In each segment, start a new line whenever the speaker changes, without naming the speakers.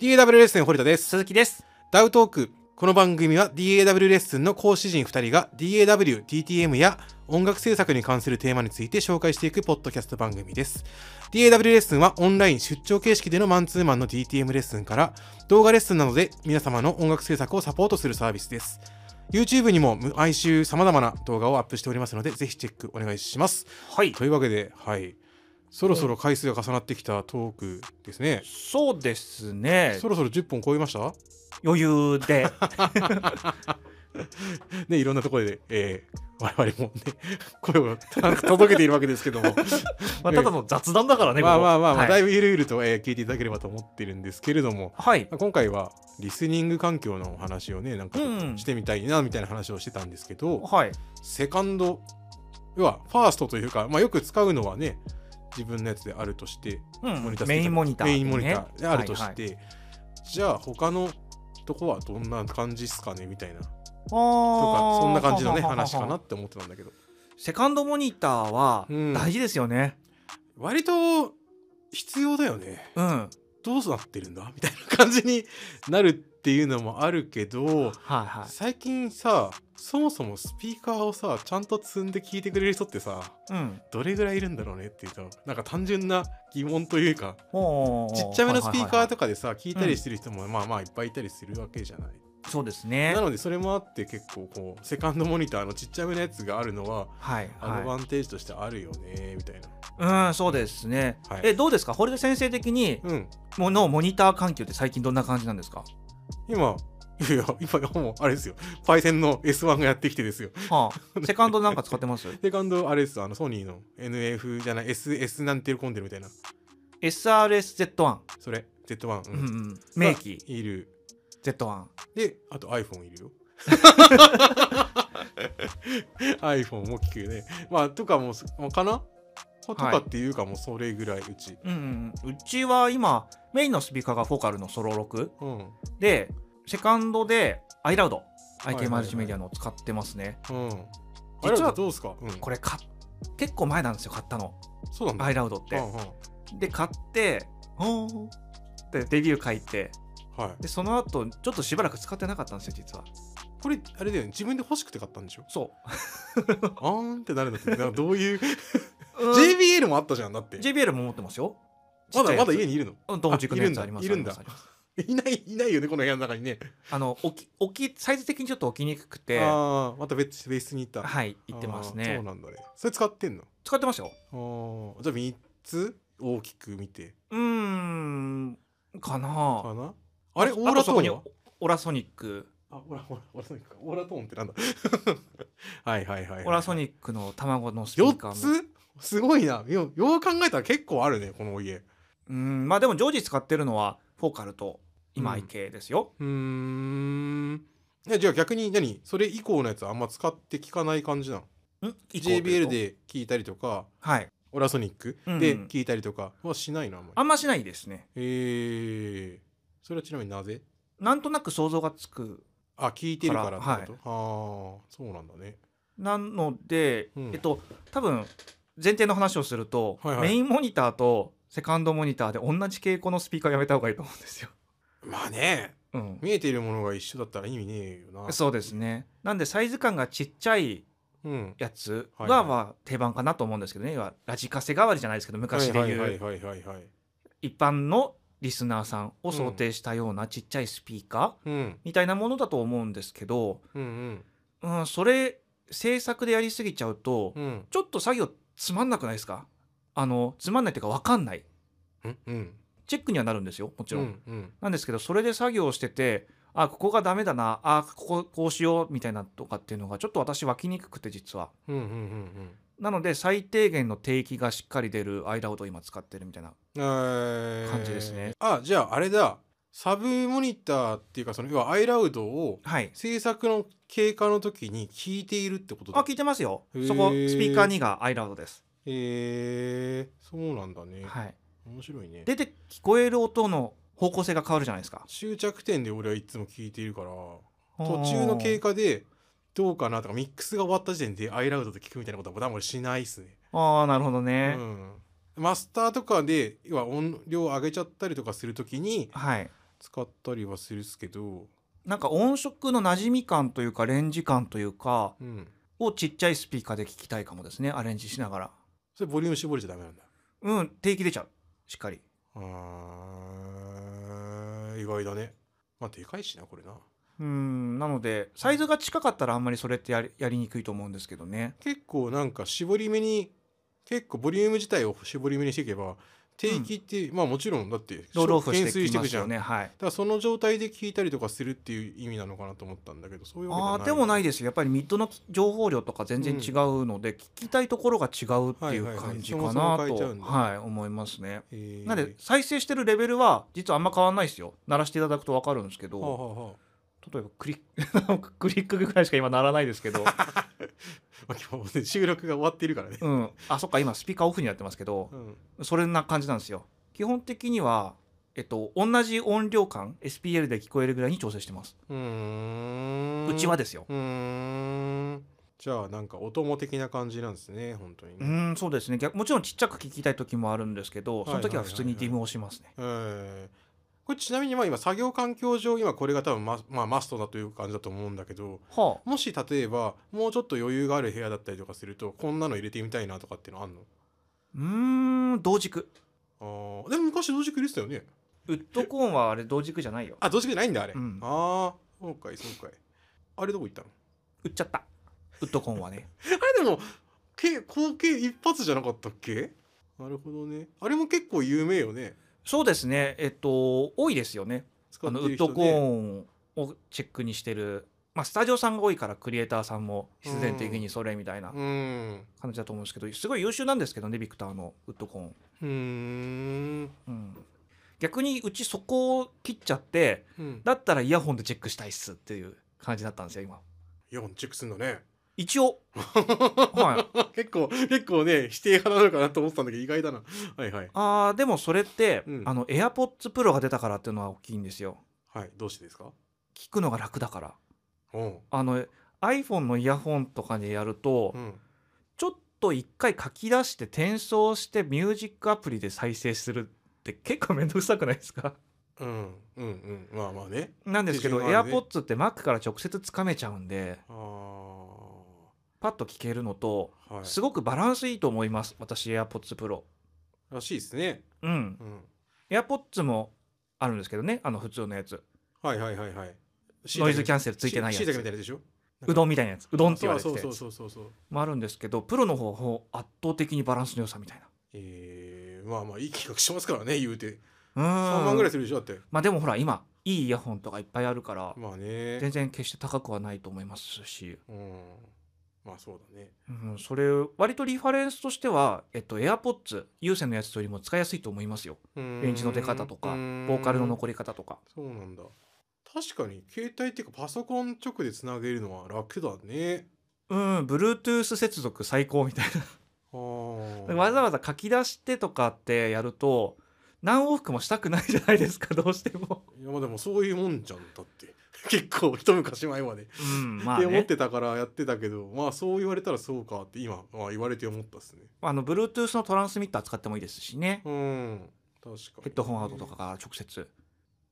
DAW レッスン堀田です
鈴木です。
ダウトークこの番組は DAW レッスンの講師陣2人が DAW、DTM や音楽制作に関するテーマについて紹介していくポッドキャスト番組です。DAW レッスンはオンライン出張形式でのマンツーマンの DTM レッスンから動画レッスンなどで皆様の音楽制作をサポートするサービスです。YouTube にも毎週様々な動画をアップしておりますのでぜひチェックお願いします。
はい。
というわけで、はい。そろそろ回数が重なってきたトークですね。
そうですね。
そろそろ10本超えました
余裕で。
ね、いろんなところで、えー我々もね、 声を届けているわけですけど も、
まあ、ただの雑談だからね。
まあまあまあ、まあだ
い
いぶゆるゆると、えー聞いていただければと思ってるんですけれども、
はい。
まあ今回はリスニング環境のお話をね、なんかちょっと
うん
してみたいなみたいな話をしてたんですけど、
はい。
セカンド、要はファーストというか、まあ、よく使うのはね、自分のやつであるとして、
う
モニ
ん
ター。
メインモニター、ね。
メインモニターであると
はい
し
はい
て、じゃあ他のとこはどんな感じですかねみたいなと
あ
か
ー
そんな感じのね
はははは
話かなって思ってたんだけど
セカンドモニターは
うん
大事ですよね。
割と必要だよね
うん。
どうなってるんだみた いな感じになるっていうのもあるけど
はいはい。
最近さそもそもスピーカーをさちゃんと積んで聞いてくれる人ってさ
うん。
どれぐらいいるんだろうねっていうとなんか単純な疑問というか
おー
ちっちゃめのスピーカーと
はいはい
かでさ聞いたりしてる人もまあまあいっぱいいたりするわけじゃない。
はいそうですね
な。のでそれもあって結構こうセカンドモニターのちっちゃめのやつがあるのは
はい
アドバ
は
ンテージとしてあるよねみたいな。
い。うん、そうですね。
はい
え、どうですか、堀田先生的に、
うん
ものモニター環境って最近どんな感じなんですか。
今いやいや今もうあれですよパイセンの S1 がやってきてですよ
は あ、セカンドなんか使ってます。
セカンドあれですあのソニーの NF じゃない SS なんていうコンデルみたいな
SRS-Z1、
それ Z1
う
うんん、
うん、名機
がいる
Z1
であと iPhone いるよ iPhone も聞くよねまあとかもかなとかっていうかもうそれぐらいうち、
うんうん、うちは今メインのスピーカーがフォーカルのソロ6
うん
でセカンドで iLoud
いはいはい
IT マルチメディアのを使ってますね、
うん。
実は
実はどうですか、うん、
これ買っ結構前なんですよ買ったの
そうなんだ。
iLoud って、
うんうん
で買っておーってレビュー書いて
はい。
でその後ちょっとしばらく使ってなかったんですよ実は
これ、あれだよね、自分で欲しくて買ったんでしょ
そ
あーんってなるんだって、なんかどういう。
う、
JBL もあったじゃん、だって。
JBL も持ってますよ
まだまだ家
に
にいるの
同軸のやつ
あ
あります
いるんだ
ありますありま
いな
す
い、いないよね、この部屋の中にね。
あの置き置きサイズ的にちょっと置きにくくて
ああ、また別ベースに行った。
はい、行ってま
あー
す
そ
ね
う。なんだね。それ使ってんの
使ってますよ。
あーじゃあ3つ大きく見て。
うーん、か
か
な。
なあれ、オ
と
ー
あ
ラ
と
ト
そこに
ーンは
オオラソニック、
あ、オーラ、オーラ、オーラソニックか。オーラトーンってなんだ はいはいはいはい。
オラソ
ッ
ニックの卵のスピーカ
4
ーも。
つすごいな。よよう考えたら結構あるね、このお家。
うーん、まあでも常時使ってるのはフォーカルと今井系ですよ。
うーん。えじゃあ逆に何それ以降のやつあんま使って聞かない感じなの
ん
?JBL。で聞いたりとか
はい。
オラソニック
うんうん
で聞いたりとかはしないのあんまり。
あんましないですね。
えー、それはちなみになぜ
なんとなく想像がつく。
あ聞いてるからってこと、
からはい
ああそうなんだね。
なので、
うん
えっと、多分前提の話をすると、
はいはい
メインモニターとセカンドモニターで同じ傾向のスピーカーやめた方がいいと思うんですよ。
まあね
うん。
見えているものが一緒だったら意味ねえよな。
そうですね。なんでサイズ感がちっちゃい
うん。
やつ
はい
が
はい
まあ定番かなと思うんですけどね、要はラジカセ代わりじゃないですけど昔で
はい
い
はいうはいはいはいはい。
一般のリスナーさんを想定したようなちっちゃいスピーカ
う
ー
ん
みたいなものだと思うんですけど、
うん
うん、それ制作でやりすぎちゃうと
うんうん
ちょっと作業つまんなくないですかあのつまんないっていうか分かんない
うんうん
チェックにはなるんですよもちろん、
うんうん
なんですけどそれで作業しててあここがダメだなあこここうしようみたいなとかっていうのがちょっと私湧きにくくて実は
うんうんうん
なので最低限の定期がしっかり出るアイラウドを今使ってるみたいな
えー
感じですね。
あじゃああれだサブモニターっていうかその要は iLoud を
はい
制作の経過の時に聞いているってこと
あ
だ。
聞いてますよ
へー
そこスピーカー2がアイラウドです、
えー、そうなんだね。
はい、
面白いね。
出て聞こえる音の方向性が変わるじゃないですか
終着点で俺はいつも聞いているから途中の経過でどうかなとかミックスが終わった時点で iLoud と聞くみたいなことは多分俺しないっすね。
ああなるほどね、
うんマスターとかで要は音量を上げちゃったりとかする時に
はい
使ったりはするっすけど、
なんか音色の馴染み感というかレンジ感というか
うん、
をちっちゃいスピーカーで聞きたいかもですねアレンジしながら
それボリューム絞れちゃダメなんだ
うん定期出ちゃうしっかり
あー意外だねまあでかいしなこれな
うんなのでサイズが近かったらあんまりそれってやりやりにくいと思うんですけどね
結構なんか絞り目に結構ボリューム自体を絞り目にしていけば定期って、まあもちろんだって
ロールオフして
減衰
き
いく
ますよ
だ
ねはい
からその状態で聞いたりとかするっていう意味なのかなと思ったんだけどそういう
あ
わ
ー
け
で
で
も
はない
ないですよやっぱりミッドの情報量とか全然違うので、聞きたいところが違うっていう感じかな
はいはいはいそもそも変えちゃう
と
んだ
はい思いますね
えー
なんで再生してるレベルは実はあんま変わんないですよ鳴らしていただくと分かるんですけ
はあ
ど
はあはあ
例えばクリック クリックぐらいしか今鳴らないです けど、
まあ今日ね収録が終わっているからね、
うん、あそっか今スピーカーオフになってますけど
うん
それな感じなんですよ基本的には、えっと、同じ音量感 SPL で聞こえるぐらいに調整してます
うーん
うちはですよ
うーんじゃあなんかお供的な感じなんですね本当に
う
ね、
んそうですね逆もちろんちっちゃく聞きたい時もあるんですけどその時は普通に
はいはいはいはい
DIM をしますね
えーこれちなみにまあ今作業環境上今これが多分マ,、まあ、マストだという感じだと思うんだけど
はあ
もし例えばもうちょっと余裕がある部屋だったりとかするとこんなの入れてみたいなとかっていうのあんの
うーん同軸
あーでも昔同軸入れてたよね
ウッドコーンはあれ同軸じゃないよ
あ同軸じゃないんだあれ、
うん
ああそうかいそうかいあれどこ行ったの
売っちゃったウッドコーンはね
あれでもけ光景一発じゃなかったっけなるほどねあれも結構有名よね
そうですねえっと多いですよね
使
あ
って
のウ
る
ッド
人
コー
ね
ンをチェックにしてる、まあ、スタジオさんが多いからクリエイターさんも必然的にそれみたいな
うん
感じだと思うんですけどすごい優秀なんですけどねビクターのウッドコーン、
うーん
うん、逆にうちそこを切っちゃって
うん
だったらイヤホンでチェックしたいっすっていう感じだったんですよ今
イヤホンチェックすんのね
一応はい
結構結構ね否定派なのかなと思ってたんだけど意外だなはいはい
あーでもそれって、
うん
あの AirPods Pro が出たからっていうのは大きいんですよ
はいどうしてですか
聞くのが楽だから
うん
あの iPhone のイヤホンとかでやると、
うん
ちょっと一回書き出して転送してミュージックアプリで再生するって結構面倒くさくないで すか
うんうんうんまあまあね
なんですけど、
手順はね
AirPods って Mac から直接つかめちゃうんで
あー
パッと聞けるのと
はい
すごくバランスいいと思います私 AirPods Pro
らしいですね
うん
うん
AirPods もあるんですけどねあの普通のやつ
はいはいはいはい
ノイズキ
ャン
ャンセルついてないや
しいたけみ
つ
たいなやつでしょ
うどんみたいなやつうどんって言
そ
わ
う
れて
そう
て
そうそうそうそう
もあるんですけどプロの方法圧倒的にバランスの良さみたいな
えー、まあまあいい企画してますからね言うて
う
3万ぐらい
ーん
するでしょだって
まあでもほら今いいイヤホンとかいっぱいあるから
まあね
全然決して高くはないと思いますし、
うんまあそうだね
うん、それ割とリファレンスとしては、えっと、AirPods 有線のやつよりも使いやすいと思いますよ
レ
レンジの出方とかボー
ー
カルの残り方とか
そうなんだ確かに携帯っていうかパソコン直でつなげるのは楽だね
うん Bluetooth 接続最高みたい
あ
な
ー
わざわざ書き出してとかってやると何往復もしたくないじゃないですかどうしても、
いやまあでもそういうもんじゃんだって 結構一昔前まで、
うん、まあ
って思っ
ね
てたからやってたけどまあそう言われたらそうかって今、まあ、言われて思ったっすね
あの Bluetooth のトランスミッター使ってもいいですしね
うん確かに
ヘッドホンアウトとかから直接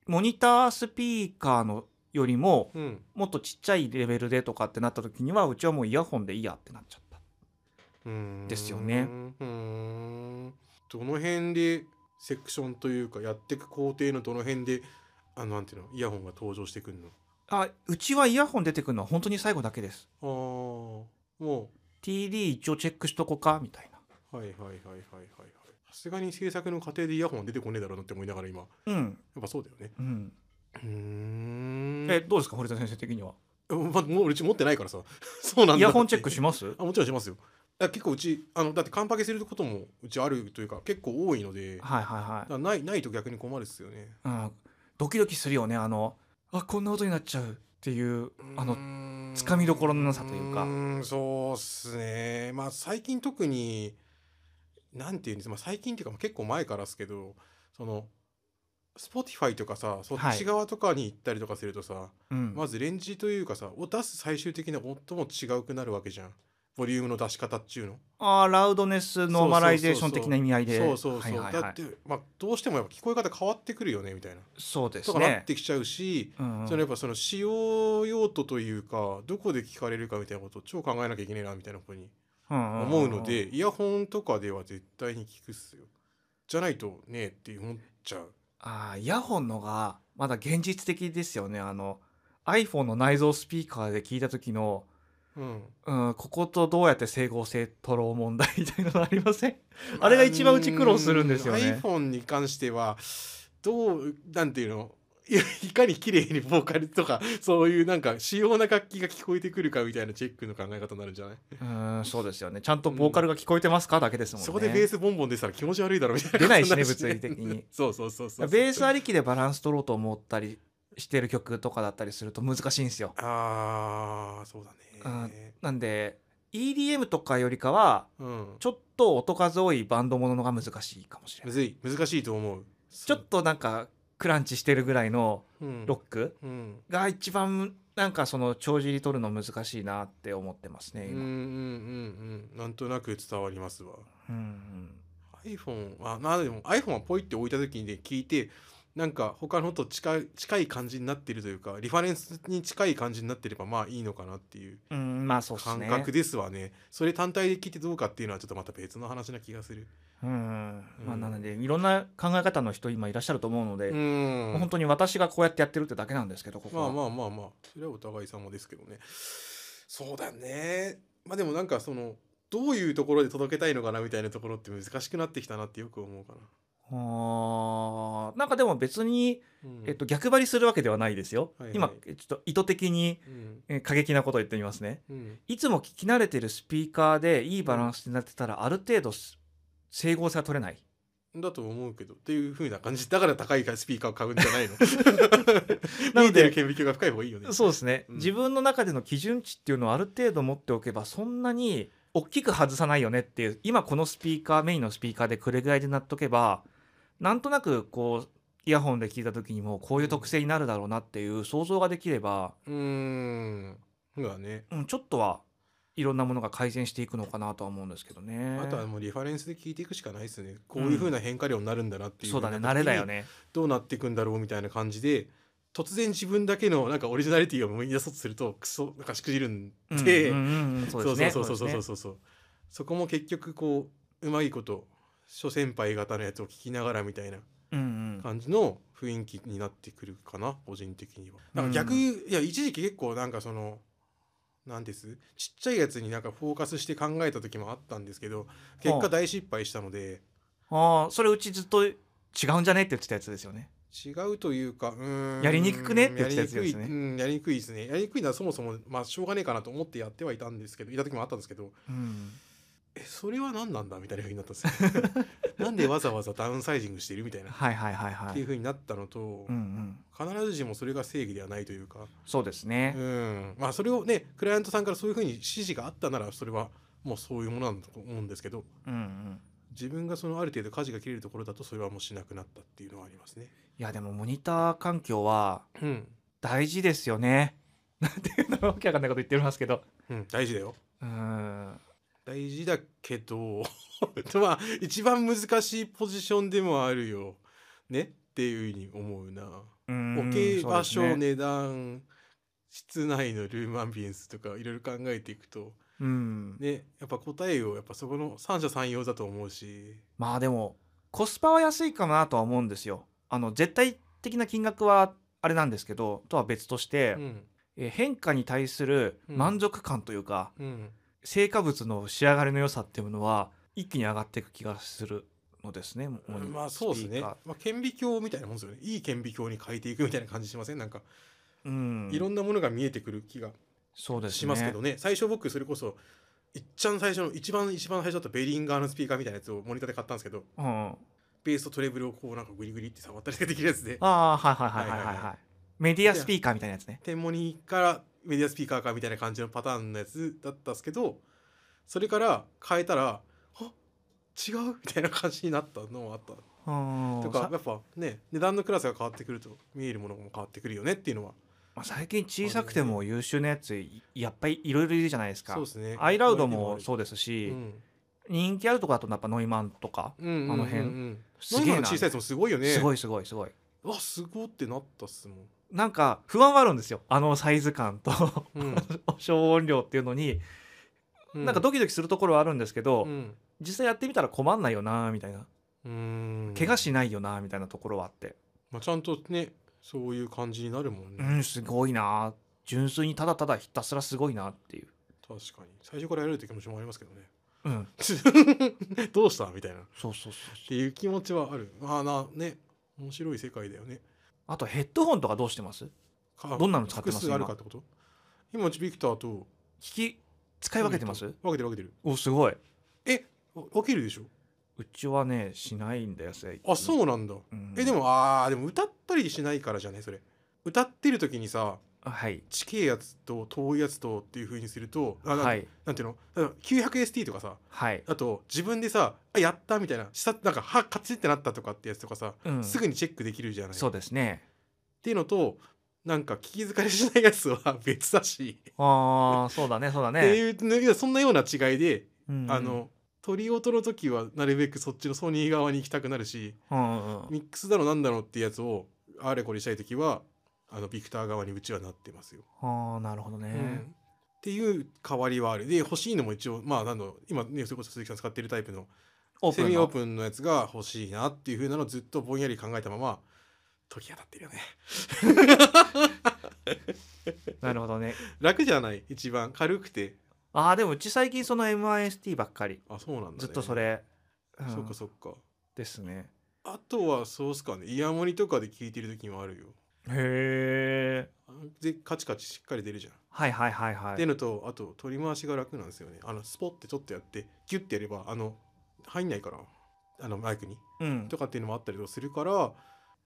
モニタースピーカーのよりも
うん
もっとちっちゃいレベルでとかってなった時にはうちはもうイヤホンでいいやってなっちゃった
うん
ですよね
うんどの辺でセクションというかやっていく工程のどの辺であのなんていうのイヤホンが登場してくるの
あうちはイヤホン出てくるのは本当に最後だけです
ああもう
TD 一応チェックしとこうかみたいな
はいはいはいはいはいはいさすがに制作の過程でイヤホンは出てこねえだろうなって思いながら今や
うん
っぱそうだよね
うん
うーん
えどうですか堀田先生的には
まもううち持ってないからさ そうなんだ
イヤホンチェックし
ま
ます
あもちろんしますよあ結構うちあのだってカンパケすることもうちあるというか結構多いのでだか
はいは
らないないと逆に困るっすよね
いはい、うん、ドキドキするよねあのあこんな音になっちゃうっていうあの
の
つかみどころのなさというか
そうっすねまあ最近特になんていうんですか、まあ、最近っていうかまあ結構前からですけどその Spotify とかさそっち側とかに行ったりとかするとさ、
うん、
まずレンジというかさを出す最終的な音も違うくなるわけじゃん。ボリュームの出し方っちゅうの
あーラウドネスノーマライゼーション的な意味合いで
そうそうそう、
はいはい
だ
は
っ
い
て、まあ、どうしてもやっぱ聞こえ方変わってくるよねみたいな、
そうで
と
す
かなっ
ね
てきちゃうし、
うんうん
そのやっぱその使用用途というかどこで聞かれるかみたいなことを超考えなきゃいけないなみたいなことに
うんんん
思うので、イヤホンとかでは絶対に聞くっすよじゃないとねえって思っちゃう
あーイヤホンのがまだ現実的ですよねあの iPhone の内蔵スピーカーで聞いた時の
うん
うん、こことどうやって整合性取ろう問題みたいなのあり ませんあれが一番うち苦労するんですよね
うん iPhone に関してはどうなんていうの いやいかに綺麗にボーカルとかそういうなんか主要な楽器が聞こえてくるかみたいなチェックの考え方になるんじゃない、
うんそうですよねちゃんとボーカルが聞こえてますかだけですもんね
そこでベースボンボン出てたら気持ち悪いだろみたいな
出ないしね
そん話
物理的に
そうそうそうそう
ベースあ
り
りきでバランス取ろうと思ったりしてる曲とかだったりすると難しいんですよ
あーそうだね
なんで EDM とかよりかは
うん
ちょっと音数多いバンドもののが難しいかもしれな
む
い
ずい難しいと思う
ちょっとなんかクランチしてるぐらいの
うん
ロック
うん
が一番なんかその帳尻取るの難しいなって思ってますね
うんうんう
今
んうんなんとなく伝わりますわ
うんうん、
iPhone はまあでも iPhone はポイって置いた時にね聞いてなんか他のと近い近い感じになってるというかリファレンスに近い感じになってればまあいいのかなっていう
うん、まあそうです
感
ね。
覚ですわねそれ単体で聞いてどうかっていうのはちょっとまた別の話な気がする
うん、ま
う
あ
ん
なのでいろんな考え方の人今いらっしゃると思うので、
う
も
ん
う本当に私がこうやってやってるってだけなんですけどここ
ま
は。
あまあまあまあそれはお互い様ですけどねそうだねまあでもなんかそのどういうところで届けたいのかなみたいなところって難しくなってきたなってよく思うかな、
あーなんかでも別に、
うん
えっと、逆張りするわけではないですよ。
はいはい
今えちょっと意図的に
うん
えー過激なことを言ってみますね。
うん
いつも聞き慣れてるスピーカーでいいバランスになってたらある程度す整合性は取れない。
だと思うけどっていう風な感じだから高いスピーカーを買うんじゃ ないの
な
見
の
てる
で
顕微鏡が深い方がいいよね
そうですね、
うん
自分の中での基準値っていうのをある程度持っておけばそんなに大きく外さないよねっていう今このスピーカーメインのスピーカーでこれぐらいでなっとけばなんとなくこうイヤホンで聞いた時にもこういう特性になるだろうなっていう想像ができれば、
うーんそうだね
うん、ちょっとはいろんなものが改善していくのかなとは思うんですけどね。
あとはもうリファレンスで聞いていくしかないですねこういう風な変化量になるんだなっていう
そうだね
風な
慣
時に
れだよね。
どうなっていくんだろうみたいな感じで突然自分だけのなんかオリジナリティを見出そうとするとクソなんかしくじるんで、
うんうんうんうんそうですね。
そうそうそうそう
そ
そうそうそこも結局こううまいこと諸先輩方のやつを聞きながらみたいな
うですねうんうん
感じの雰囲気になってくるかな個人的には。なんか逆、
うん
いや一時期結構なんかそのなんですちっちゃいやつになんかフォーカスして考えた時もあったんですけど結
は
果
あ
大失敗したので。
ああそれうちずっと違うんじゃねって言ってたやつですよね。
違うというかうーん
やりにくくねって言ってたやつですね
やりにくいうんやりにくいですねやりにくいのはそもそもまあしょうがねえかなと思ってやってはいたんですけどいた時もあったんですけど
うん
えそれは何なんだみたいな風になったんですよ なんでわざわざダウンサイジングしてるみたいなっ
はいはいはいはい。
ていう風になったのと、
うんうん、
必ずしもそれが正義ではないというか
そうです
う
ね、
んまあそれをねクライアントさんからそういう風に指示があったならそれはもうそういうものなんだと思うんですけど
うんうん
自分がそのある程度舵が切れるところだとそれはもうしなくなったっていうのはありますね
いやでもモニター環境は
うん、
大事ですよね なんていうのわけわかんないこと言ってますけど
うん、大事だよ
うーん
大事だけど まあ一番難しいポジションでもあるよねっていうふうに思うな。
うーん
置け場所、
そうですね
値段室内のルームアンビエンスとかいろいろ考えていくと
うん
ねやっぱ答えをやっぱそこの三者三様だと思うし
まあでもコスパは安いかなとは思うんですよあの絶対的な金額はあれなんですけどとは別として、
うん
えー変化に対する
うん
満足感というか、
うん
成果物の仕上がりの良さっていうのは一気に上がっていく気がするのですね、モニ
まあそうです
スピ
ね、
ーカー
まあ、顕微鏡みたいなもんですよねいい顕微鏡に変えていくみたいな感じしませんなんか
うん、
いろんなものが見えてくる気が
そうですね
しますけどね最初僕それこそいっちゃん最初の一番一番最初だったベリンガーのスピーカーみたいなやつをモニターで買ったんですけど
うん
ベースとトレブルをこうなんかグリグリって触ったりできるやつで
ああはいはいはいは
は
いはいい、
はいは
はい、メディアスピーカーみたいなやつね
天モニからメディアスピーカーかみたいな感じのパターンのやつだったんですけどそれから変えたら「あ違う?」みたいな感じになったのもあった
と
とかやっぱね値段のクラスが変わってくると見えるものも変わってくるよねっていうのは
まあ、最近小さくても優秀なやついやっぱりいろいろいるじゃないですか
そうですね
アイラウドもそうですし、
うん
人気あるとこだとやっぱノイマンとか、
うんうんうんうん
あの辺
ノイマンの小さいやつもすごいよね
すご
い
いすごいすごい
わすごってなったっす もん、
なんか不安はあるんですよあのサイズ感と
うん
消音量っていうのに、
う
なんかドキドキするところはあるんですけど、
うん
実際やってみたら困んないよなみたいな
うん
怪我しないよなみたいなところはあって
まあ、ちゃんとねそういう感じになるもん
う
ね、
んすごいな純粋にただただひたすらすごいなっていう、
確かに最初からやれるって気持ちもありますけ どね
うん、
どうしたみたいなっ
そうそうそう
ていう気持ちはあるまあなね面白い世界だよね
あとヘッドホンとかどうしてます
か
どんなの使ってます
複数あるかってこと今うちビクターと
聞き使い分けてます
分けてる分けてる
おすごい
えお分けるでしょ
うちはねしないんだよ
あそうなんだ、
うん
えでもあーでも歌ったりしないからじゃないそれ歌ってる時にさ
あはい
近いやつと遠いやつとっていう風にするとあなん,、
はい
なんていうのあの 900ST とかさ
はい、
あと自分でさあやったみたいなしたなんかはカチッってなったとかってやつとかさ、
うん、
すぐにチェックできるじゃない
そうですね
っていうのとなんか聞き疲れしないやつは別だし、
ああそうだねそうだね
っていうのいやそんなような違いで、
うんうん
あの鳥音の時はなるべくそっちのソニー側に行きたくなるし
うんうんうん
ミックスだろなんだろうっていうやつをあれこれしたい時はあのビクター側にうちはなってますよ。
ああなるほどね、
うんっていう変わりはあるで欲しいのも一応まあなんだろう今ねそれこそ鈴木さん使ってるタイプの
オープ
セ
ン
ミ
の
オープンのやつが欲しいなっていう風なのをずっとぼんやり考えたまま時が経ってるよね
なるほどね
楽じゃない一番軽くて
ああでもうち最近その MIST ばっかり
あそうなんだ、ね、
ずっとそ、れ、うん
そっかそっか
ですね
あとはそうっすかねイヤモニとかで聞いてる時もあるよ
へえ
でカチカチしっかり出るじゃん、
はいはいはいは
ってい
いう
のとあと取り回しが楽なんですよねあのスポッてちょっとやってギュッてやればあの入んないからあのマイクに
うん
とかっていうのもあったりとかするから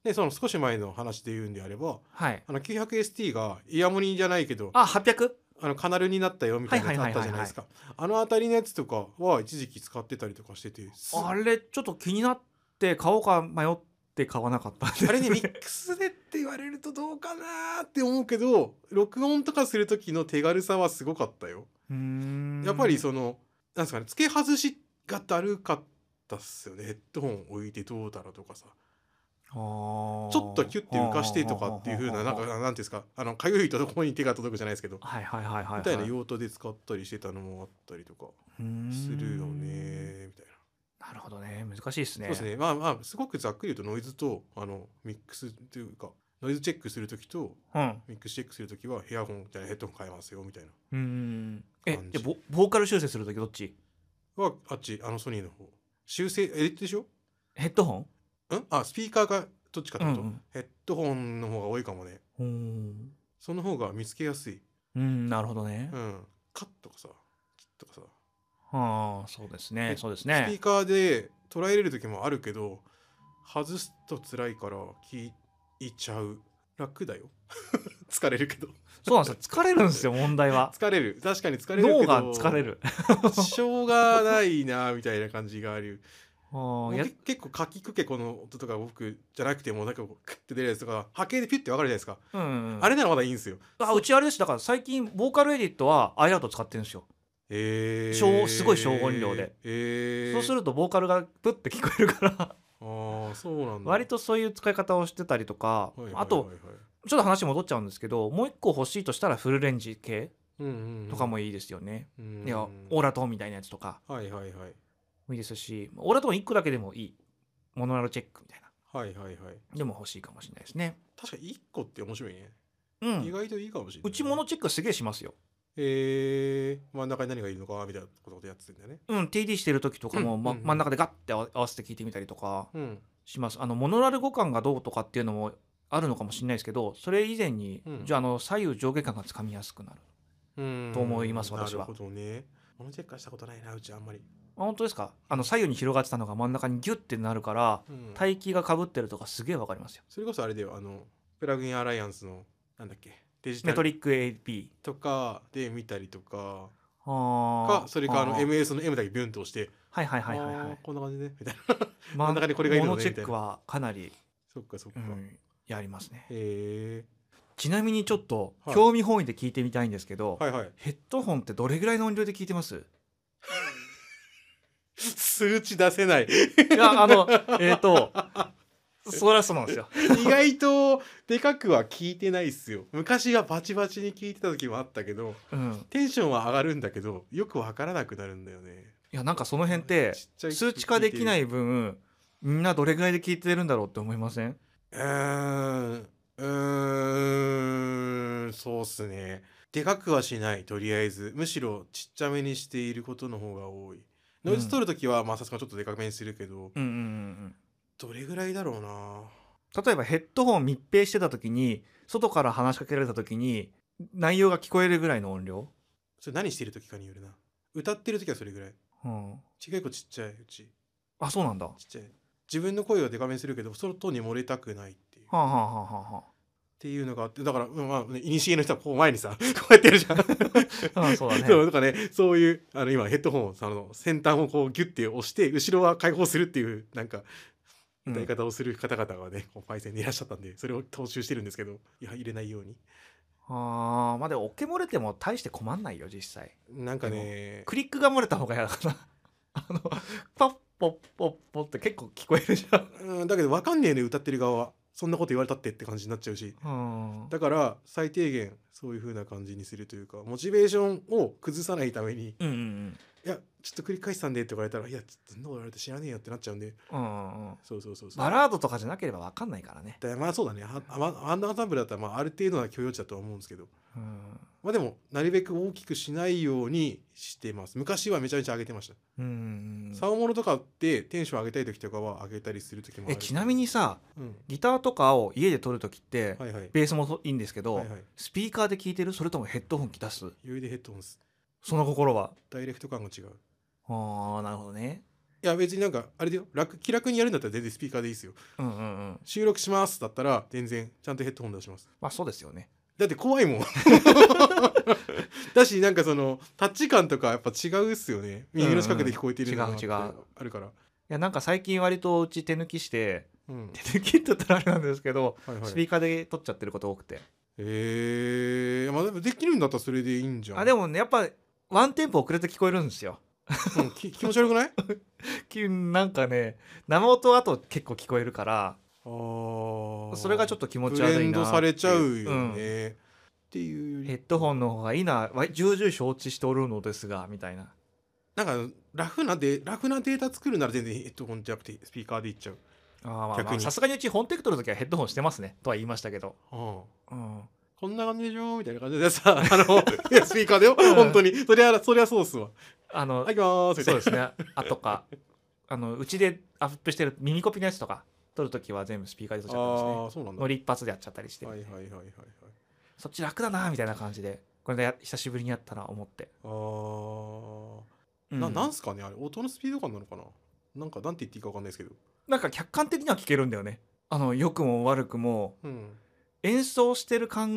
でその少し前の話で言うんであれば
はい
あの 900ST がイヤモニじゃないけど
あ 800?
あのカナルになったよみたいなやつあったじゃないですかあの辺りのやつとかは一時期使ってたりとかしててす
あれちょっと気になって買おうか迷って買わなかったんで
あれね ミックスでって言われるとどうかなーって思うけど録音とかする時の手軽さはすごかったよ
うーん
やっぱりそのなんですかね付け外しがだるかったっすよねヘッドホン置いてどうだろうとかさ
あー
ちょっとキュッて浮かしてとかっていう風ななんかなんていうんですかあのかゆいところに手が届くじゃないですけど
はいはいはいはいは
みたいな用途で使ったりしてたのもあったりとか
うーん
するよねみたいな。
なるほどね難しいです
そ
ね
うですねまあまあすごくざっくり言うとノイズとあのミックスというかノイズチェックする時と
うん
ミックスチェックする時はヘアホンじゃないヘッドホン変えますよみたいな
うーんえ
感じ
じゃあボボーカル修正するときどっち
はあっちあのソニーの方修正えでしょ
ヘッドホン
んあスピーカーがどっちかってこと、
うんうん
ヘッドホンの方が多いかもね
うーん
その方が見つけやすい
うんなるほどね、
うんカッとかさキッとかさ
ああそうですね
え
そうです
スピー
ね
カーで捉えれる時もあるけど外すと辛いから聞いちゃう楽だよ 疲れるけど
そうなんですよ疲れるんですよ問題は
疲れる確かに疲れるけど
脳が疲れる
しょうがないなみたいな感じがあ る
あ
も
ーや
うけ結構かきくけこの音とか僕じゃなくてもなんかこうクッて出るやつとか波形でピュッて分かるじゃないですか、
うんうんうん
あれならまだいいんですよ
あうちあれですだから最近ボーカルエディットはアイラウト使ってるんですよ
えー、
小すごい小音量で、
えー、
そうするとボーカルがプッて聞こえるから
ああそうなんだ
割とそういう使い方をしてたりとか、
はいはいはいはい
あとちょっと話戻っちゃうんですけどもう一個欲しいとしたらフルレンジ系
うんうんうん
とかもいいですよね、
うん
いやオーラトーンみたいなやつとか
はいはいはい
もいいですしオーラトーン1個だけでもいいモノラルチェックみたいな
はいはいはい
でも欲しいかもしれないですね
確かに1個って面白いね、
う
意
ん
外といいかもしれな
う
い
ちモノチェックすげえしますよ
えー、真ん中に何がいるのかみたいなことでやってたんだよね
うん TD してる時とかも、ま
うんうん
真ん中でガッて合わせて聞いてみたりとか
うん
しますあのモノラル互換がどうとかっていうのもあるのかもしれないですけどそれ以前に、
うん
じゃああの左右上下感がつかみやすくなる
うん
と思います私は
なるほどねモノチェックはしたことないなうちあんまり、
あ本当ですかあの左右に広がってたのが真ん中にギュッてなるから
うん
帯域がかぶってるとかすげえわかりますよ
それこそあれだよあのプラグインアライアンスのなんだっけデジタ
メト
ル
リック AB
とかで見たりとか
あ
か
ー
それかあの
ー
MS の M だけビュンと押して
はいはいはいはいは
あー
い
こんな感じねみたいな
真
ん中にこれがいるのね
モノチェックはかなり、
そっかそっ
う
か、
ん、やりますね
へえ
ちなみにちょっと
はい
興味本位で聞いてみたいんですけど、
はいはい。
ヘッドホンってどれぐらいの音量で聞いてます
数値出せない。
いやあのえっ、とそりゃそうなんですよ
意外とでかくは聞いてないっすよ。昔はバチバチに聞いてた時もあったけど、
うん
テンションは上がるんだけど、よくわからなくなるんだよね。
いやなんかその辺って
ちっちゃい。
数値化できないい分みんなどれぐらいで聞いてるんだろうって思いません
うーん、うーん、そうっすね。でかくはしない、とりあえず。むしろちっちゃめにしていることの方が多い。ノイズ取るときは、まあさすがにちょっとでかめにするけど、
うんうんうん
どれぐらいだろうな。
うん例えばヘッドホン密閉してた時に外から話しかけられた時に内容が聞こえるぐらいの音量、
それ何してる時かによるな。歌ってる時はそれぐらい。
うん、
ちっちゃい子ちっちゃい、うち。
あそうなんだは
ちっちゃい。自分の声はデカめにするけど、外に漏れたくないっていう。っ
あ、はあはあはあは
ていうのがあって、だから、うんまあ、ね、いにしえの人はこう前にさ、こうやってるじゃん。
あ、うん、そうだね
そう、とかね、そういう、あの、今、ヘッドホンを、その、先端をこう、ギュッて押して、後ろは解放するっていう、なんか、
うん
歌い方をする方々がね、こうパイセンでいらっしゃったんで、それを踏襲してるんですけど、いや、入れないように。
あーまあでもオケ漏れても大して困んないよ実際
なんかね、
クリックが漏れた方が嫌だからあのパッポッポッポって結構聞こえるじゃん
うん、だけど、わかんねえね、歌ってる側は。そんなこと言われたってって感じになっちゃうし。
うん
だから、最低限、そういう風な感じにするというか、モチベーションを崩さないために、
うんうん
いや、ちょっと繰り返したんでって言われたら、いや、そんなこと言われて知らねえよってなっちゃうんで、
うんうんうん
そうそうそうそう。
バラードとかじゃなければ分かんないからね、
だまあそうだね、はあまアンダーアンサンブルだったら、まあ、ある程度な許容値だとは思うんですけど、
うん
まあでも、なるべく大きくしないようにしてます。昔はめちゃめちゃ上げてました。
うんうん、
サオモノとかってテンション上げたい時とかは上げたりする時もあ
え
る。
ちなみに、さ
うん、
ギターとかを家で撮る時って、
はいはい。
ベースもいいんですけど、
はいはい。
スピーカーで聞いてるそれともヘッドホン出す
余裕でヘッドホンです。
その心は
ダイレクト感が違う。
ああなるほどね
いや別になんかあれだよ楽気楽にやるんだったら全然スピーカーでいいですよ
うんうんうん
収録しますだったら全然ちゃんとヘッドホン出します
まあそうですよね
だって怖い もんだしなんかそのタッチ感とかやっぱ違うっすよね耳の近くで聞こえてるのが
うんうん違う違う
あるから
いやなんか最近割とうち手抜きして
うん
手抜きって言ったらあれなんですけど、
はいはい
スピーカーで撮っちゃってること多くて、
ええまあでもできるんだったらそれでいいんじゃん。
あで
も、
もねやっぱワンテンポ遅れて聞こえるんですよ
うんき気持ち悪 くないあ
急になんかね生音あと結構聞こえるから
あ。
それがちょっ
っ
と気
と
持
ブ
ち悪いな
レンドされちゃう
う
よ
ん
ね。っていう
ヘ
より
ッドホンの方がいいなわ重々承知しておるのですがみたいな
なんかラフなでラフなデータ作るなら全然ヘッドホンじゃなくてスピーカーでいっちゃう。
あーまあまあ
逆に
さすがにうち本テク取る時はヘッドホンしてますねとは言いましたけど、
うん
うん、
こんな感じでしょみたいな感じでさ、あの、 いやスピーカーだよ、本当に。そりゃ、そりゃそうっすわ。
あの、
はい、行きまーす。みた
そ
いうな
ですねあとかあのうちでアップしてる耳コピのやつとか取る時は全部スピーカーで撮っちゃったりして
ああ、そうなんだ。
ノ
はい
リ一発でやっちゃったりして、
はいはいはいはい。
そっち楽だなみたいな感じでこれでや久しぶりにやったら思って、
あー、
うん
ななんすかね、あれ、音のスピード感なのかななんか、なんて言っていいかわかんないですけど。
なんか客観的には聞けるんだよねあの良くも悪くも
うん。
演奏してる感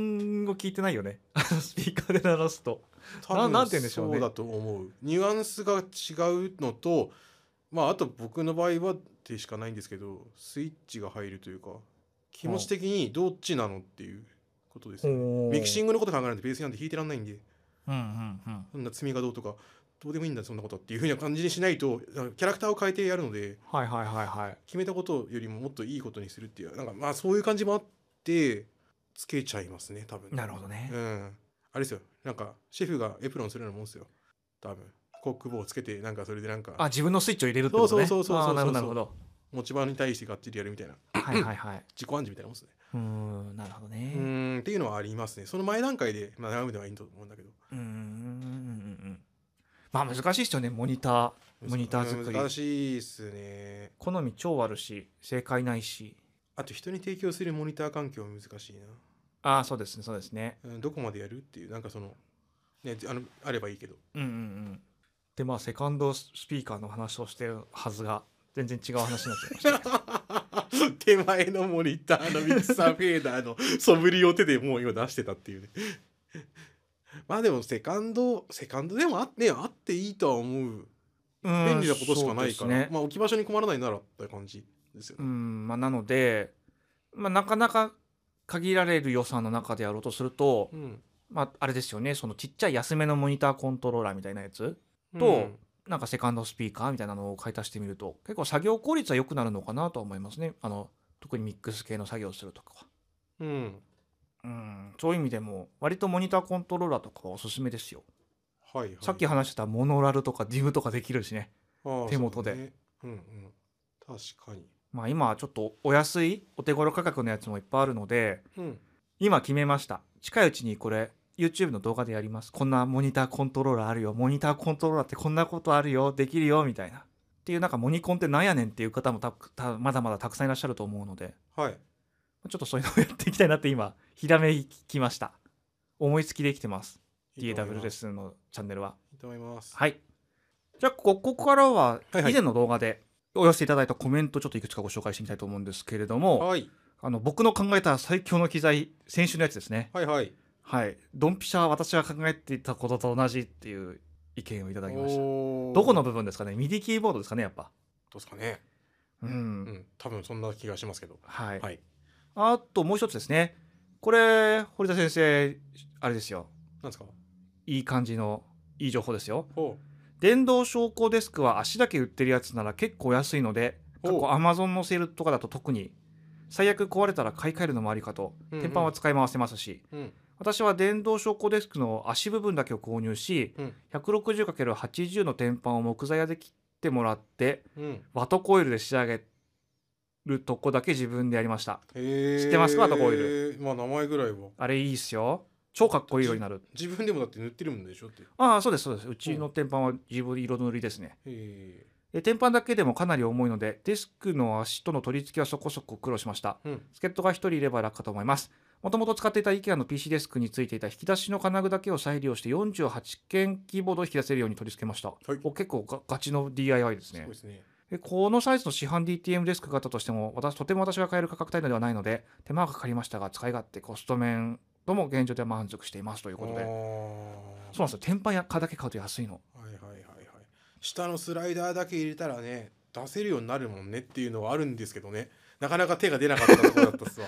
を聞いてない よねあのスピーカーで鳴らすと
多
な
分
なんて言うんでしょうね
そうだと思うニュアンスが違うのとまああと僕の場合はでしかないんですけどスイッチが入るというか気持ち的にどっちなのっていうことです、ね、ミ
ミ
キシ
ン
ングのこと考えるんでベースなんて弾いてらんないんで
グうんうんうん
そんな積みがどうとかどうでもいいんだそんなことはっていうふうな感じにしないとあのキャラクターを変えてやるので
はいはいはいはい
決めたことよりももっといいことにするっていうなんかまあそういう感じもあってつけちゃいますね多分
なるほどね、
うん。あれですよ。なんか、シェフがエプロンするようなもんですよ。多分。コック帽をつけて、なんかそれでなん
あ
か、
自分のスイッチを入れるってことね
そうそうそうそうそう
あーなるほどなるほど
持ち場に対してがっちりやるみたいな、
はいはいはい
自己暗示みたいなもんですね。
うーんなるほどね
うーん、っていうのはありますね。その前段階で、まあ、悩むのはいいと思うんだけど。
うーんうんうんまあ難しいですよねモニターモニター作り
難しいですね。
好み超あるし正解ないし
あと、人に提供するモニター環境は難しい
ああそうですねそうですね
な。うん、どこまでやるっていう、なんかその、ね、あの、あればいいけど。
うんうんうんでまあセカンドスピーカーの話をしてるはずが全然違う話になっちゃいました
手前のモニターのミキサーフェーダーの素振りを手でもう今出してたっていうねまあでもセカンドセカンドでもあ,、ね、あっていいとは思う
うー
便
ん
利なことしかないか
そう
ら、
ですね
まあ置き場所に困らないならって感じですよ
う
ね、
んまあなのでまあなかなか限られる予算の中でやろうとすると、
うん
まあ、あれですよねそのちっちゃい安めのモニターコントローラーみたいなやつと
うん
なんかセカンドスピーカーみたいなのを買い足してみると結構作業効率は良くなるのかなとは思いますねあの特にミックス系の作業をするとかは
うん
うんそういう意味でも割とモニターコントローラーとかはおすすめですよ、
はいはい、
さっき話してたモノラルとかディムとかできるしね
ああ
手元で
そうねうんうん、確かに、
まあ今はちょっとお安いお手頃価格のやつもいっぱいあるので
うん、
今決めました近いうちにこれ YouTube の動画でやりますこんなモニターコントローラーあるよモニターコントローラーってこんなことあるよできるよみたいなっていうなんかモニコンってなんやねんっていう方もたくたまだまだたくさんいらっしゃると思うので
はい
ちょっとそういうのをやっていきたいなって今ひらめきました思いつきできてます
いいと思い
DAW
ます
レッスンのチャンネルはい
いと思います
はいじゃあこここからは
はいはい
以前の動画でお寄せいただいたコメントをちょっといくつかご紹介してみたいと思うんですけれども
はい
あの僕の考えた最強の機材先週のやつですね
はいはい
はい、ドンピシャは私が考えていたことと同じっていう意見をいただきました。
おー
どこ
ど
の部分ですかね、ミディキーボードですかね、やっぱ。
うですかね
うん、
うん多分そんな気がしますけど
はい。
はい
あともう一つですね。これ、堀田先生、あれですよ。
なんですか
いい感じの、いい情報ですよ。
ほ
電動昇降デスクは足だけ売ってるやつなら結構安いので、過去
お
Amazon のセールとかだと特に、最悪壊れたら買い替えるのもありかと、
うんうん
天板は使い回せますし、
ううん
私は電動昇降デスクの足部分だけを購入し、
うん
160×80 の天板を木材屋で切ってもらって
うん
ワトコイルで仕上げるとこだけ自分でやりました
へえ
知ってますかタコオイル
まあ名前ぐらいは
あれいいっすよ超かっこいいようになる
自分でもだって塗ってるもんでしょってへ
ああそうですそうですうちの天板は自分で色塗りですね
え
で天板だけでもかなり重いのでデスクの足との取り付けはそこそこ苦労しました
うん
助っ人が1人いれば楽かと思いますもともと使っていた IKEA の PC デスクについていた引き出しの金具だけを再利用して48件キーボードを引き出せるように取り付けました、
い
お結構がガチの DIY です
すご
ね
いですね
でこのサイズの市販 DTM デスクがあったとしても私とても私が買える価格帯のではないので手間がかかりましたが使い勝手コスト面とも現状では満足していますということ
あー
でそうなんですよ天板やかだけ買うと安いの
はいはいはいはい下のスライダーだけ入れたらね出せるようになるもんねっていうのはあるんですけどねなかなか手が出なかったところだったっ すわ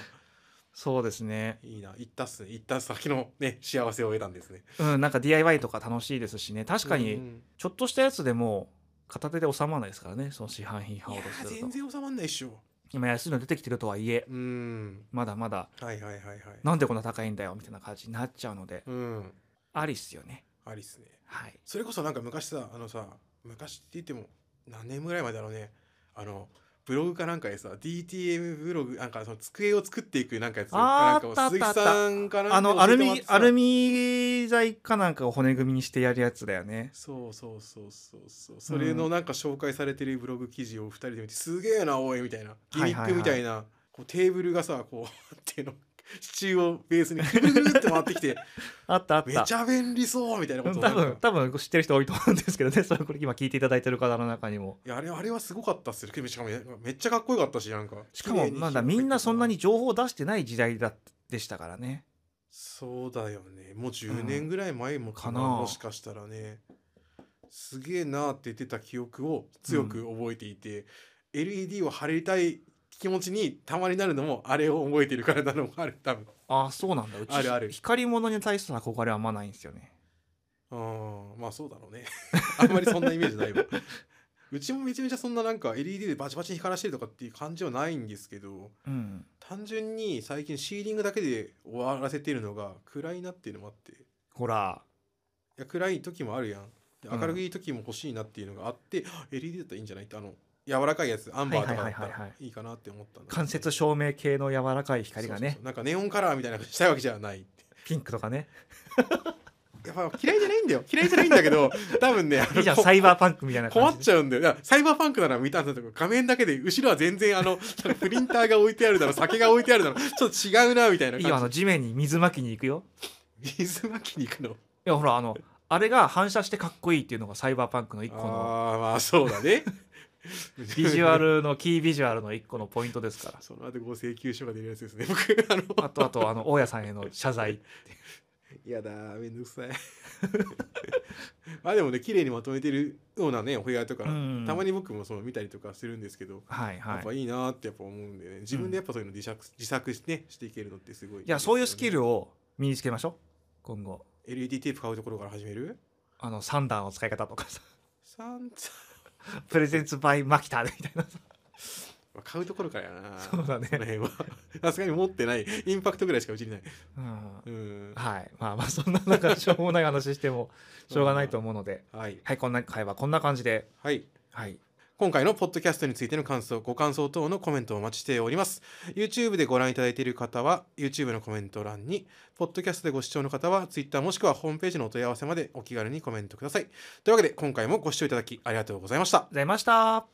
そうですね
いいな行ったっすね行った先のね幸せを得たんですね
うんなんか DIY とか楽しいですしね確か
う
に
ん
ちょっとしたやつでも片手で収まらないですからねその市販品
い
買お
や
うとす
ー
る
全
と
然収まんないっしょ
今安いの出てきてるとはいえ
うん
まだまだ
はいはいはいはい
なんでこんな高いんだよみたいな感じになっちゃうので
うん
ありっすよね
ありっすね
はい
それこそなんか昔さあのさ昔って言っても何年ぐらい前だろうねあのブログかなんかでさ DTM ブログなんかその机を作っていくなんかやつ
あー
なん
あった
か
あ
を
った
鈴木さんかなんか
あのアルミアル
ミ
ミ材かなんかを骨組みにしてやるやつだよね
そうそうそうそうそうそれのなんか紹介されてるブログ記事を二人で見て、すげえなおいみたいなギミックみたいな、こうテーブルがさこうっていうの支柱をベースにぐるぐるぐるって回ってきて
あったあっ
め
た
ちゃ便利そうみたいな
う
こ
ん
とを
多
なんか
分多分知ってる人多いと思うんですけどねそれこれ今聞いていただいてる方の中にも
いやあれあれはすごかったっすよしかもめっちゃかっこよかったしなんか
しかもまだみんなそんなに情報を出してない時代だでしたからね
そうだよねもう10年ぐらい前もかな,、
うんかな
もしかしたらねすげえなって言ってた記憶を強く覚えていて、LED を貼りたい気持ちにたまになるのもあれを覚えてるからなのもある多分
ああそうなんだうち
あるある
光り物に対する憧れはあんまないんですよね
あーまあそうだろうね あんまりそんなイメージ ないわうちもめちゃめちゃそんななんか LED でバチバチに光らしてるとかっていう感じはないんですけど
うん
単純に最近シーリングだけで終わらせてるのが暗いなっていうのもあって
ほら
いや暗い時もあるやんで
うん
明るい時も欲しいなっていうのがあって、LED だったらいいんじゃないってあの柔らかいやつアンバーとかだった
はいはいはい
ら
はいはい
いかなって思ったんだけど
間接照明系の柔らかい光がね
そうそうそうなんかネオンカラーみたいなのしたいわけじゃないって
ピンクと かね
やっぱ嫌いじゃないんだよ嫌いじゃないんだけ ど多分ねあの
いいじゃん
こ
サイバーパンクみたいな感
困
じ
っちゃうんだよだからサイバーパンクなら見たんだけど画面だけで後ろは全然あの なんかプリンターが置いてあるだろ酒が置いてあるだろちょっと違うなみたいない
いよあ
感
の地面に水まきに行くよ
じ水巻きに行くの
いやほらあのあれが反射してかっこいいっていうのがサイバーパンクの一個の
あーまあそうだね
ビジュアルのキービジュアルの一個のポイントですから
その後ご請求書が出るやつですね僕あの
あとあとあの大家さんへの謝罪
いやだーめんどくさい まあでもね綺麗にまとめてるようなねお部屋とか、
うん
たまに僕もその見たりとかするんですけど、
はいは
やっぱ
い
いいなーってやっぱ思うんでね自分でやっぱそういうの自作,、自作して,、ね、していけるのってすごい
いやそういうスキ
ル
ルを身につけましょう今後
LED テープ買うところから始める
あのサンダーの使い方とかさ
さんつ
プレゼンツバイマキタでみたいなさ
まあ買うところからやな
そうだね
この辺はさすがに持ってないインパクトぐらいしかうちにない
うん
うん
はいまあまあそんななんかしょうもない話してもしょうがないと思うので
はい
はいこんな会話こんな感じで
はい
はい
今回のポッドキャストについての感想、ご感想等のコメントをお待ちしております。YouTube でご覧いただいている方は、YouTube のコメント欄に、ポッドキャストでご視聴の方は、Twitter もしくはホームページのお問い合わせまでお気軽にコメントください。というわけで、今回もご視聴いただきありがとうございました。
ございました